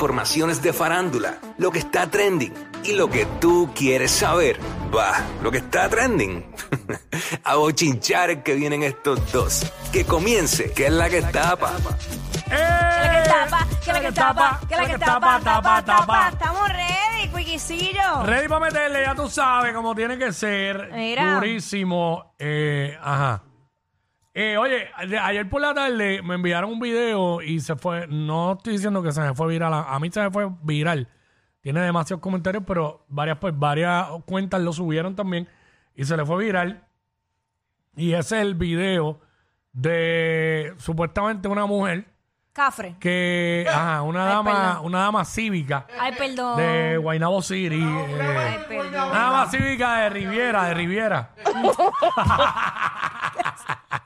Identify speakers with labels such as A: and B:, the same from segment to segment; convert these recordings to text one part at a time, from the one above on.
A: Informaciones de farándula, lo que está trending y lo que tú quieres saber. Va, lo que está trending. A bochinchar que vienen estos dos. Que comience, que es la que tapa.
B: Eh,
C: Que la que tapa, que la que tapa, que la que tapa, tapa, tapa. Estamos ready, Quiquicillo.
B: Ready para meterle, ya tú sabes cómo tiene que ser.
C: Mira.
B: Durísimo. Eh, ajá. Eh, oye, de- ayer por la tarde me enviaron un video y se fue. No estoy diciendo que se me fue viral. A, a mí se me fue viral. Tiene demasiados comentarios, pero varias, pues, varias cuentas lo subieron también y se le fue viral. Y ese es el video de supuestamente una mujer
C: Cafre.
B: que, ajá, una
C: Ay,
B: dama,
C: perdón. Oh.
B: una dama cívica
C: Ay, perdón.
B: de Guaynabo City. eh,
C: Ay, perdón.
B: Nada más cívica de Riviera, de Riviera.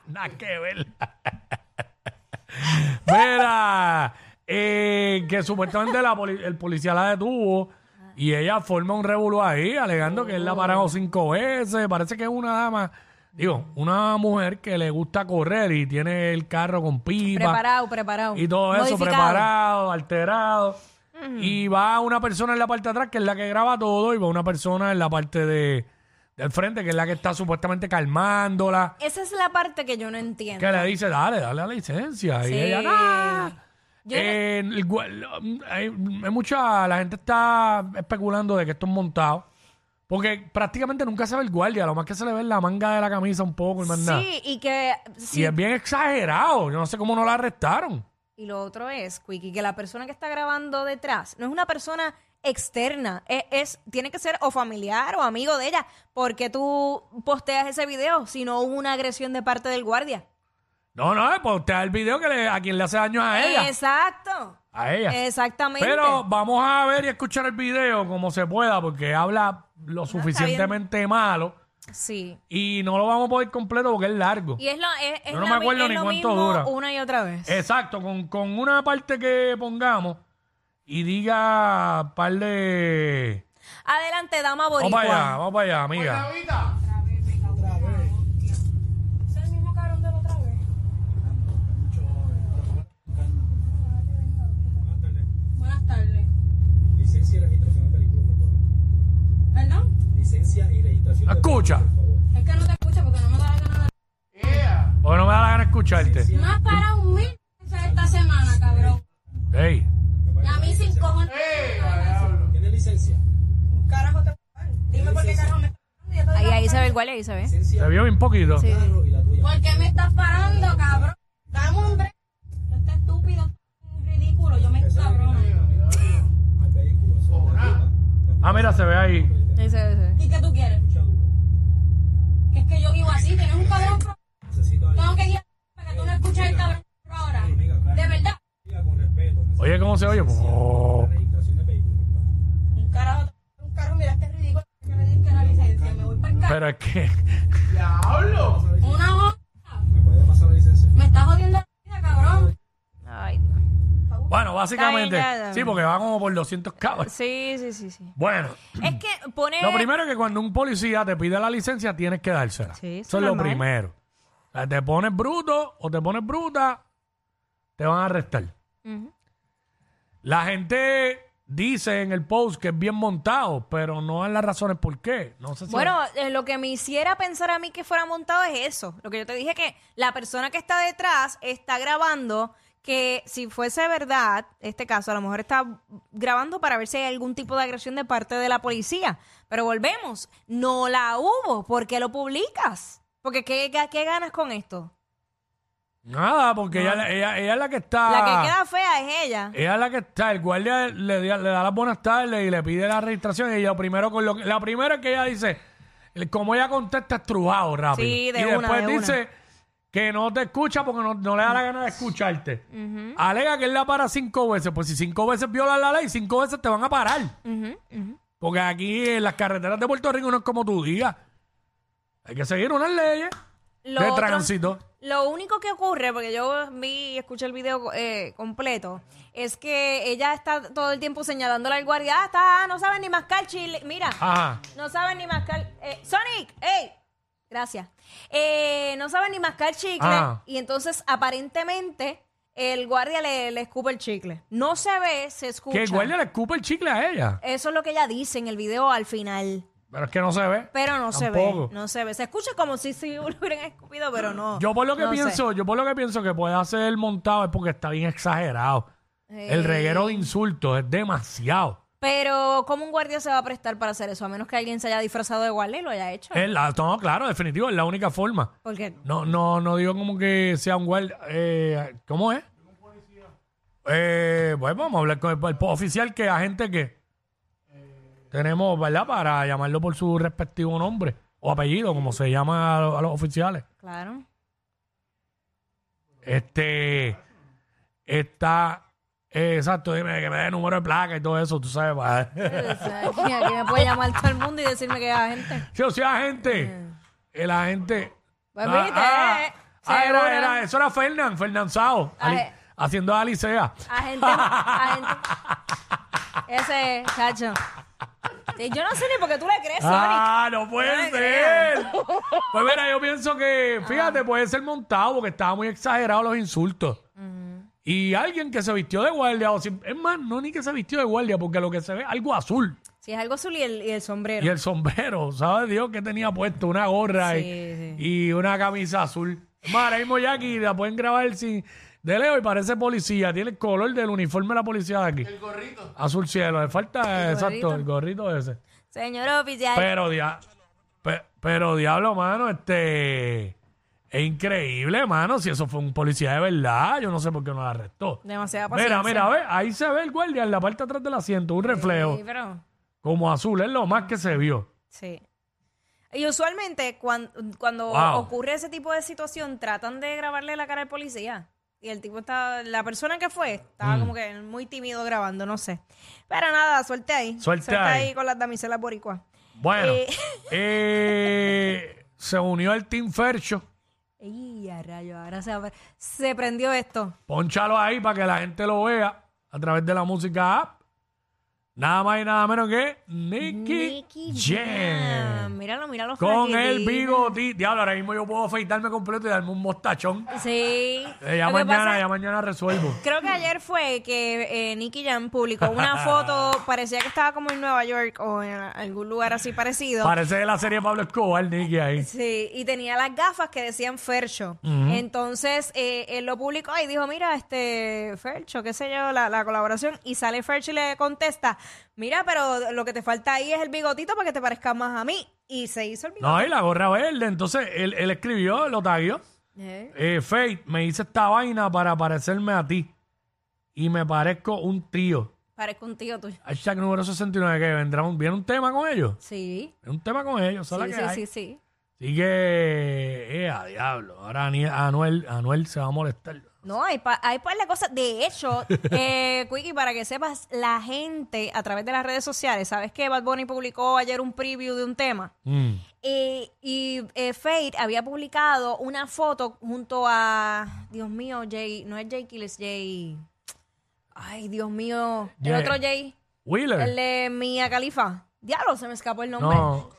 B: Nada que ver. Mira, eh, que supuestamente la poli- el policía la detuvo y ella forma un revuelo ahí, alegando que él la ha
C: Oh.
B: parado cinco veces. Parece que es una dama, digo, una mujer que le gusta correr y tiene el carro con pipa.
C: Preparado, preparado.
B: Y todo eso
C: Modificado.
B: preparado, alterado. Y va una persona en la parte de atrás, que es la que graba todo, y va una persona en la parte de, del frente, que es la que está supuestamente calmándola,
C: Esa es la parte que yo no entiendo.
B: que le dice, dale, dale la licencia.
C: Sí.
B: Y ella, "Ah", "No".
C: Yo
B: Eh, el gua- hay, hay mucha, la gente está especulando de que esto es montado. Porque prácticamente nunca se ve el guardia, lo más que se le ve es la manga de la camisa un poco y más nada.
C: Sí, y que...
B: Y
C: sí.
B: es bien exagerado, yo no sé cómo no la arrestaron.
C: Y lo otro es, Quickie, que la persona que está grabando detrás no es una persona externa, es, es- tiene que ser o familiar o amigo de ella, porque tú posteas ese video si no hubo una agresión de parte del guardia.
B: No, no, pues usted da el video que le- a quien le hace daño es a ella.
C: Exacto.
B: a ella.
C: Exactamente.
B: Pero vamos a ver y escuchar el video como se pueda, porque habla lo suficientemente malo
C: sí.
B: y no lo vamos a poder completo porque es largo.
C: Y es lo, es, es
B: Yo no
C: la
B: me
C: mi-
B: acuerdo
C: es
B: ni
C: lo
B: cuánto
C: mismo
B: dura.
C: una y otra vez.
B: Exacto, con, con una parte que pongamos y diga par de.
C: Adelante, dama
B: Vamos para allá,
C: boricua.
B: vamos para allá, amiga.
D: Buenas tardes. ¿Perdón?
B: Escucha,
D: Es que no te escucho porque no me da la gana.
B: porque no me da la gana escucharte.
D: de- Me has parado un mil veces esta semana, cabrón.
B: Ey,
D: Y a mí sin cojones.
E: ¿Tiene licencia?
D: Carajo te Dime por qué carajo me estás parando. y yo te
C: Ahí,
D: digo,
C: ahí se ve el guardia, ahí se ve.
B: se vio bien poquito.
C: Sí.
E: Y la tuya.
D: ¿Por qué me estás parando, cabrón? Dame un break. Este estúpido es ridículo. Yo me encabrono.
E: Al vehículo. Eso es una pipa.
B: Ah, mira, se ve ahí.
C: Ahí se ve, se ve.
D: ¿Y qué tú quieres?
E: Escucha duro.
D: Que es que yo vivo así. Tienes un cabrón. pro-
E: Necesito a
D: Tengo que guiar para que tú no escuches el cabrón pro ahora. De verdad.
E: alguien con respeto. Necesito
B: Oye, ¿cómo se oye? Oh.
E: registración de vehículo.
D: Un carajo. te- Un carro, mira este ridículo. Que me dice que la licencia. Me voy para el carro.
B: Pero es que.
D: Una hora.
E: ¿Me puede pasar la licencia?
D: Me estás jodiendo la vida, cabrón.
C: Ay, Dios.
B: Bueno, básicamente.
C: Está bien, ya, ya.
B: Sí, porque va como por 200 cabros.
C: Sí, Eh. sí, sí, sí.
B: Bueno.
C: Es que pone...
B: Lo primero es que cuando un policía te pide la licencia, tienes que dársela. eso
C: Sí, eso
B: es
C: es
B: lo
C: normal.
B: primero. O sea, te pones bruto o te pones bruta, te van a arrestar.
C: Ujú.
B: La gente dice en el post que es bien montado, pero no dan las razones por qué. No sé si
C: Bueno, eh, lo que me hiciera pensar a mí que fuera montado es eso. Lo que yo te dije que la persona que está detrás está grabando que si fuese verdad, este caso a lo mejor está grabando para ver si hay algún tipo de agresión de parte de la policía. Pero volvemos, no la hubo. ¿Por qué lo publicas? Porque ¿qué, ga- qué ganas con esto?
B: nada, porque ella, ella- ella es la que está.
C: La que queda fea es ella.
B: Ella es la que está, el guardia le, le da las buenas tardes y le pide la registración y lo primero con lo que, la primera es que ella dice, el- como ella contesta es trujado rápido.
C: Sí, de
B: y
C: una,
B: después
C: de
B: dice que no te escucha porque no, no le da la gana de escucharte. Alega que él la para cinco veces, pues si cinco veces viola la ley, cinco veces te van a parar.
C: Ujú, ujú.
B: Porque aquí en las carreteras de Puerto Rico no es como tú digas. Hay que seguir unas leyes
C: Lo
B: de
C: otro-
B: tránsito.
C: Lo único que ocurre, porque yo vi y escuché el video eh, completo, es que ella está todo el tiempo señalándole al guardia, ah, está, no saben ni mascar chile. Mira,
B: Ajá.
C: no saben ni mascar... eh, ¡Sonic! ¡Ey! Gracias. Eh, no saben ni mascar chicle.
B: Ah.
C: Y entonces, aparentemente, el guardia le, le escupe el chicle. No se ve, se escucha.
B: Que el guardia le escupe el chicle a ella.
C: Eso es lo que ella dice en el video al final.
B: Pero es que no se ve.
C: Pero no se
B: Tampoco.
C: ve, no se ve. Se escucha como si se lo hubieran escupido, pero no.
B: Yo por lo que
C: no sé.
B: pienso, yo por lo que pienso que puede hacer el montado es porque está bien exagerado. El
C: Eh,
B: reguero de insultos es demasiado.
C: Pero, ¿cómo un guardia se va a prestar para hacer eso? A menos que alguien se haya disfrazado de guardia y lo haya hecho.
B: Es la- no, claro, definitivo, es la única forma.
C: Porque
B: No, no, no digo como que sea un guardia. eh, ¿Cómo es? Eh, bueno, vamos a hablar con el, el oficial que agente que tenemos, ¿verdad? Para llamarlo por su respectivo nombre o apellido, como se llama a, lo- a los oficiales.
C: Claro.
B: Este está eh, exacto, dime que me dé el número de placa y todo eso, tú sabes. para-
C: O sea, Aquí aquí me puede llamar todo el mundo y decirme que es agente.
B: Sí, o sea, gente. El agente.
C: Pues
B: Ah,
C: viste,
B: ah,
C: eh,
B: ah,
C: seguro.
B: era, era, eso era Fernán, Fernán Sao,
C: Ah,
B: Ali-
C: eh. Ah,
B: haciendo Alicea.
C: Agente. agente. Ese es, cacho. Sí, Yo no sé ni por qué tú le crees, eh, Sonic.
B: Ah, no
C: No
B: puede
C: le
B: ser. Pues mira, yo pienso que, fíjate,
C: Ah.
B: puede ser montado porque estaba muy exagerado los insultos. Y alguien que se vistió de guardia, o si, es más, no ni que se vistió de guardia, porque lo que se ve es algo azul.
C: Si es algo azul y el, y el sombrero.
B: Y el sombrero, ¿sabes Dios que tenía puesto? Una gorra
C: Sí,
B: y, y una camisa azul. Es más, Ahora mismo ya aquí la pueden grabar sin de Leo y parece policía. Tiene el color del uniforme de la policía de aquí. El gorrito. Azul cielo. Le falta, exacto, el gorrito ese.
C: Señor oficial.
B: Pero, dia- pe- pero diablo, mano, este... Es increíble, mano. Si eso fue un policía de verdad, yo no sé por qué no la arrestó.
C: Demasiada paciencia.
B: Mira, mira, ve, ahí se ve el guardia en la parte de atrás del asiento, un reflejo
C: Sí, pero.
B: como azul, es lo más que se vio.
C: Sí. Y usualmente cuan- cuando,
B: Wow.
C: ocurre ese tipo de situación tratan de grabarle la cara al policía. Y el tipo está, la persona que fue
B: Mm.
C: estaba como que muy tímido grabando, no sé. Pero nada, suerte ahí.
B: Suerte ahí.
C: con las damiselas boricuas.
B: Bueno,
C: Eh.
B: eh, se unió el Team Fercho.
C: Y a rayo, ahora se, va- se prendió esto.
B: Pónchalo ahí para que la gente lo vea a través de la música app. Nada más y nada menos que Nicky
C: Ah,
B: Jam.
C: míralo, míralo.
B: Con
C: flaquitito.
B: el bigotito. Diablo, ahora mismo yo puedo afeitarme completo y darme un mostachón.
C: Sí.
B: Eh, ya
C: Lo que
B: mañana,
C: pasa-
B: ya mañana resuelvo.
C: Creo que ayer fue que eh, Nicky Jam publicó una foto, parecía que estaba como en Nueva York o en algún lugar así parecido.
B: Parece de la serie Pablo Escobar, Nicky ahí.
C: Sí, y tenía las gafas que decían Fercho. Entonces, eh, él lo publicó y dijo, mira, este, Fercho, qué sé yo, la, la colaboración. Y sale Fercho y le contesta, mira, pero lo que te falta ahí es el bigotito para que te parezca más a mí. Y se hizo el bigotito.
B: No, y la gorra verde. Entonces, él, él escribió, lo taguió.
C: Eh,
B: Eh, Fate, me hice esta vaina para parecerme a ti. Y me parezco un tío.
C: Parezco un tío tuyo.
B: Hashtag número 69, que vendrá un, viene un tema con ellos.
C: Sí,
B: Viene un tema con ellos,
C: sí,
B: ¿sabes
C: sí,
B: la que hay?
C: sí, sí.
B: Así que, eh, a diablo. Ahora Ani- Anuel, Anuel se va a molestar.
C: No, hay, pa, hay par de cosas. De hecho, eh, Quickie, para que sepas, la gente a través de las redes sociales, ¿sabes que Bad Bunny publicó ayer un preview de un tema?
B: Mm.
C: Eh, y eh, Fate había publicado una foto junto a, Dios mío, Jay, no es Jay Kill, es Jay. Ay, Dios mío. El
B: Jay-
C: otro Jay,
B: Wheeler.
C: el de Mia Khalifa. Diablo, se me escapó el nombre.
B: no.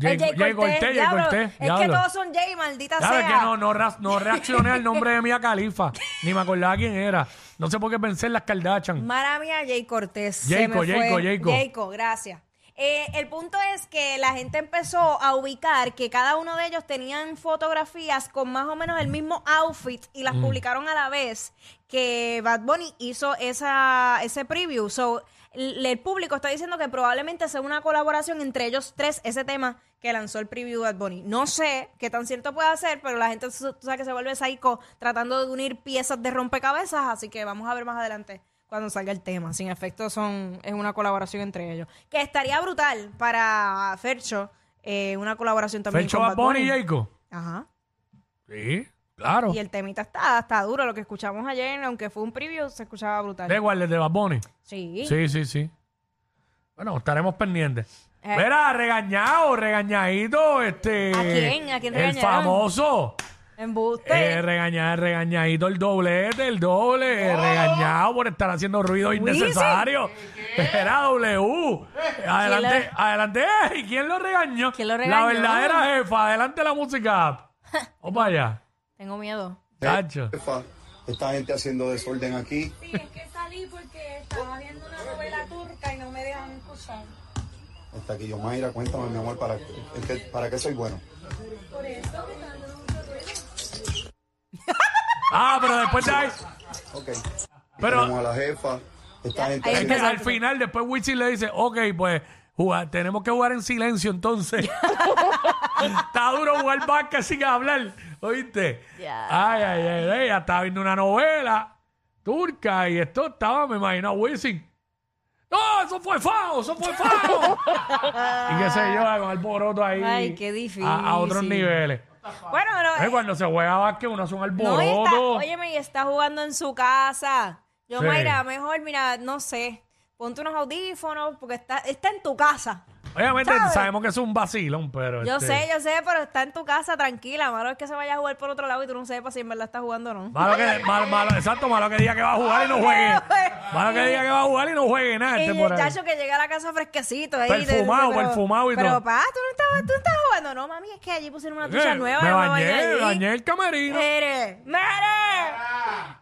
B: Jay,
C: El Jay
B: Jay
C: Cortez,
B: Cortez, Jay
C: diablo.
B: Cortez,
C: Es que
B: diablo.
C: todos son Jay, maldita
B: Claro, es
C: sea.
B: que no, no, ra- no reaccioné al nombre de Mia Califa. Ni me acordaba quién era. No sé por qué pensé en las Kardashian.
C: Mara mía, Jay Cortés.
B: Jayco, Jayco, Jayco.
C: gracias. Eh, el punto es que la gente empezó a ubicar que cada uno de ellos tenían fotografías con más o menos el mismo outfit y
B: Mm.
C: las publicaron a la vez que Bad Bunny hizo esa, ese preview. So, l- el público está diciendo que probablemente sea una colaboración entre ellos tres, ese tema que lanzó el preview Bad Bunny. No sé qué tan cierto puede ser, pero la gente tú sabes que se vuelve psycho tratando de unir piezas de rompecabezas, así que vamos a ver más adelante cuando salga el tema. Sin efecto, son, es una colaboración entre ellos. Que estaría brutal para Fercho, eh, una colaboración también
B: Fercho
C: con
B: Bad Bunny y Jayco.
C: Ajá.
B: Sí, claro.
C: Y el temita está, está duro. Lo que escuchamos ayer, aunque fue un preview, se escuchaba brutal.
B: De igual, el de Bad Bunny.
C: Sí.
B: Sí, sí, sí. Bueno, estaremos pendientes. Verá, regañado, regañadito, este.
C: Eh. ¿A quién? ¿A quién
B: El
C: regañaron? Pues
B: famoso.
C: Embuste.
B: Eh, regañado, regañadito, el doblete, el doble,
C: Oh.
B: regañado por estar haciendo ruido
C: Wisin.
B: innecesario. Era W. Adelante, adelante. ¿Y quién lo regañó?
C: ¿Quién lo
B: La
C: regañó?
B: verdadera jefa, adelante la música. Vamos para allá.
C: Tengo miedo.
B: Chacho.
F: Jefa, esta gente haciendo desorden aquí.
D: Sí, es que salí porque estaba viendo una novela turca y no me dejan escuchar.
F: Hasta aquí yo, Mayra, cuéntame, mi amor, ¿para, qué- en qué- para qué soy bueno?
D: Por eso que están dando mucho ruido.
B: Ah, pero después de ahí.
F: Ok.
B: Pero-
F: Tenemos a la jefa. Esta gente
C: ahí
B: Es
F: haciendo-
B: que al final, después Wisin le dice, ok, pues jugar- tenemos que jugar en silencio entonces. Está duro jugar básquet sin hablar, ¿oíste?
C: Ya.
B: Ay, ay, ay, ay, ella estaba viendo una novela turca y esto estaba, me imagino, Wisin. ¡No, eso fue fao! ¡Eso fue fao! y qué sé yo, con el boroto ahí.
C: Ay, qué difícil.
B: A, a otros niveles.
C: Bueno, pero.
B: Eh, cuando se juega básquet, uno hace un
C: No, y está,
B: alboroto.
C: óyeme, y está jugando en su casa. Yo,
B: Sí.
C: Mayra, mejor, mira, no sé, ponte unos audífonos porque está, está en tu casa.
B: Obviamente
C: ¿sabes?
B: sabemos que es un vacilón, pero...
C: Yo
B: este,
C: sé, yo sé, pero está en tu casa, tranquila. Malo es que se vaya a jugar por otro lado y tú no sepas si en verdad está jugando o no.
B: Malo que, malo, malo- exacto, malo que diga que va a jugar y no juegue. Malo que diga que va a jugar y no juegue nada.
C: Y
B: este
C: el
B: por ahí.
C: muchacho que llega a la casa fresquecito ahí. te dice,
B: Perfumado,
C: pero-
B: perfumado y
C: pero,
B: todo.
C: pa, tú no estabas, tú estabas jugando. No, mami, es que allí pusieron una
B: Eh,
C: ducha nueva.
B: me
C: yo
B: bañé,
C: allí. Eh.
B: me bañé el camerino.
C: Mire, mire.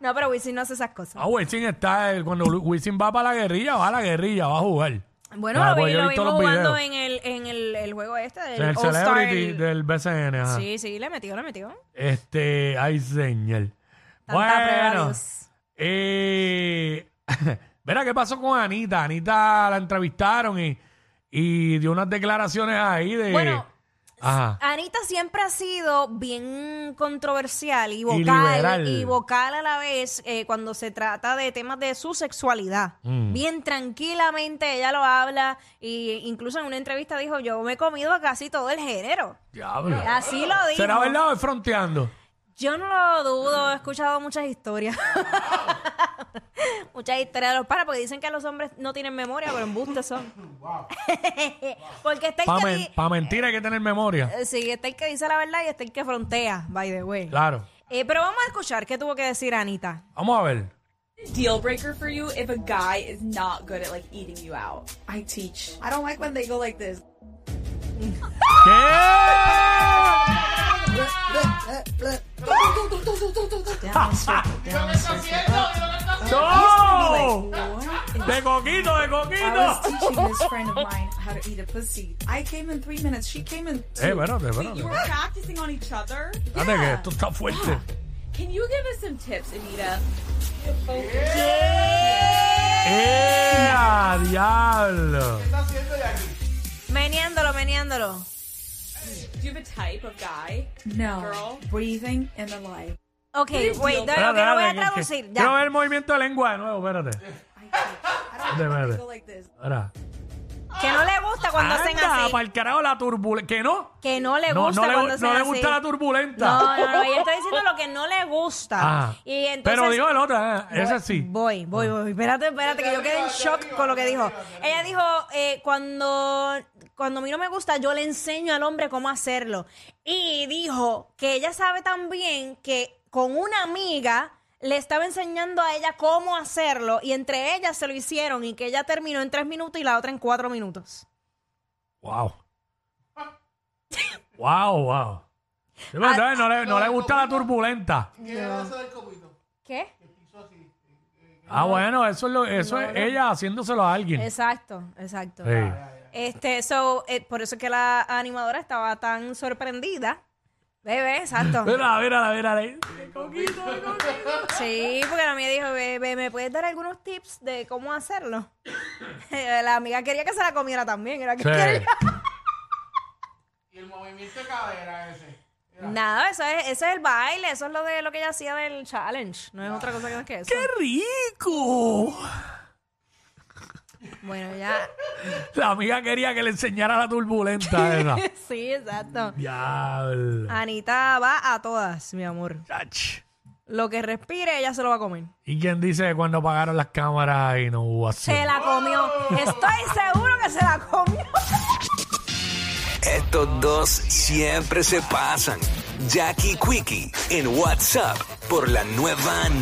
C: No, pero Wisin no hace esas cosas.
B: Ah, Wisin está, eh, cuando Lu- Wisin va para la guerrilla, va a la guerrilla, va a jugar.
C: Bueno,
B: Ah,
C: lo, vi-
B: pues yo he
C: lo
B: visto
C: vimos
B: los
C: jugando
B: videos.
C: en el, en el, el juego este del
B: El
C: All-Star.
B: celebrity del BCN, ajá.
C: Sí, sí, le metió, le metió.
B: Este, ay, señor.
C: Tanta prueba,
B: bueno,
C: Dios.
B: eh, verá qué pasó con Anita. Anita la entrevistaron y, y dio unas declaraciones ahí de.
C: Bueno,
B: ajá.
C: Anita siempre ha sido bien controversial y
B: liberal.
C: vocal y, vocal a la vez eh, cuando se trata de temas de su sexualidad.
B: Mm.
C: Bien tranquilamente ella lo habla y incluso en una entrevista dijo yo me he comido a casi todo el género.
B: Diablo.
C: Así lo dijo.
B: ¿Será verdad o es fronteando?
C: Yo no lo dudo, he escuchado muchas historias. muchas historias de los panas, porque dicen que los hombres no tienen memoria, pero embustes son. porque está el
B: Para
C: que di-
B: mentir hay que tener memoria.
C: eh, sí, está el que dice la verdad y está el que frontea, by the way.
B: Claro.
C: Eh, pero vamos a escuchar qué tuvo que decir Anita.
B: Vamos a ver.
G: deal breaker for you if a guy is not good at like eating you out. I teach. I don't like when they go like this.
B: ¿Qué? ¡No! ¡De coquito, de
G: I
B: coquito! Eh,
G: was teaching this friend of mine how to eat a pussy. I came in three minutes. She came in.
B: Eh, espérate,
G: Wait, you were
B: espérate.
G: practicing on each other.
B: Espérate que esto está fuerte.
G: Can you give us some tips, Anita?
B: ¡Eh, a diablo!
C: Meneándolo, meneándolo.
G: Do you have a type of guy?
H: No.
G: Girl?
H: Breathing in the light.
C: Ok, wait, no,
B: Espérate,
C: no, que lo voy a
B: espérate, que-
C: traducir.
B: que-
C: Ya.
B: Quiero ver el movimiento de lengua de nuevo, espérate. Espérate,
H: They
B: espérate.
H: go like this.
B: Espera.
C: Que no le gusta cuando hacen
B: Anda,
C: así.
B: para el carajo la turbulencia. ¿Que no?
C: Que no le
B: No,
C: gusta
B: no le,
C: cuando
B: gu-
C: hacen
B: no le
C: así.
B: gusta la turbulenta.
C: No, no, no, ella está diciendo lo que no le gusta.
B: Ajá.
C: Y entonces,
B: Ah, Pero dijo el otro, eh, ese sí.
C: Voy, voy, voy. Espérate, espérate, que yo quedé en shock con lo que dijo. Ella dijo, eh, cuando, cuando a mí no me gusta, yo le enseño al hombre cómo hacerlo. Y dijo que ella sabe también que con una amiga le estaba enseñando a ella cómo hacerlo y entre ellas se lo hicieron y que ella terminó en tres minutos y la otra en cuatro minutos.
B: Wow. wow, wow. Sí,
C: Ah,
B: pero, ¿sabes? No, le, no le gusta la turbulenta.
C: ¿Qué?
B: Ah, bueno, eso es, lo- eso es ella haciéndoselo a alguien.
C: Exacto, exacto.
B: Sí.
C: Este, so, eh, por eso es que la animadora estaba tan sorprendida. Bebé, exacto.
B: Mira, mira, mira, mira.
C: Sí, porque la mía dijo, bebé, ¿me puedes dar algunos tips de cómo hacerlo? la amiga quería que se la comiera también, era que
B: Sí.
C: quería. Nada, eso es, eso es el baile, eso es lo de lo que ella hacía del challenge, no es otra cosa que- que eso.
B: ¡Qué rico!
C: Bueno, ya.
B: La amiga quería que le enseñara la turbulenta, esa.
C: sí, exacto.
B: Diablo.
C: Anita va a todas, mi amor.
B: Ach.
C: Lo que respire, ella se lo va a comer.
B: ¿Y quién dice cuando pagaron las cámaras y no hubo acción?
C: Se la comió. Estoy seguro que se la comió.
A: Estos dos siempre se pasan. Jackie Quickie en WhatsApp por la nueva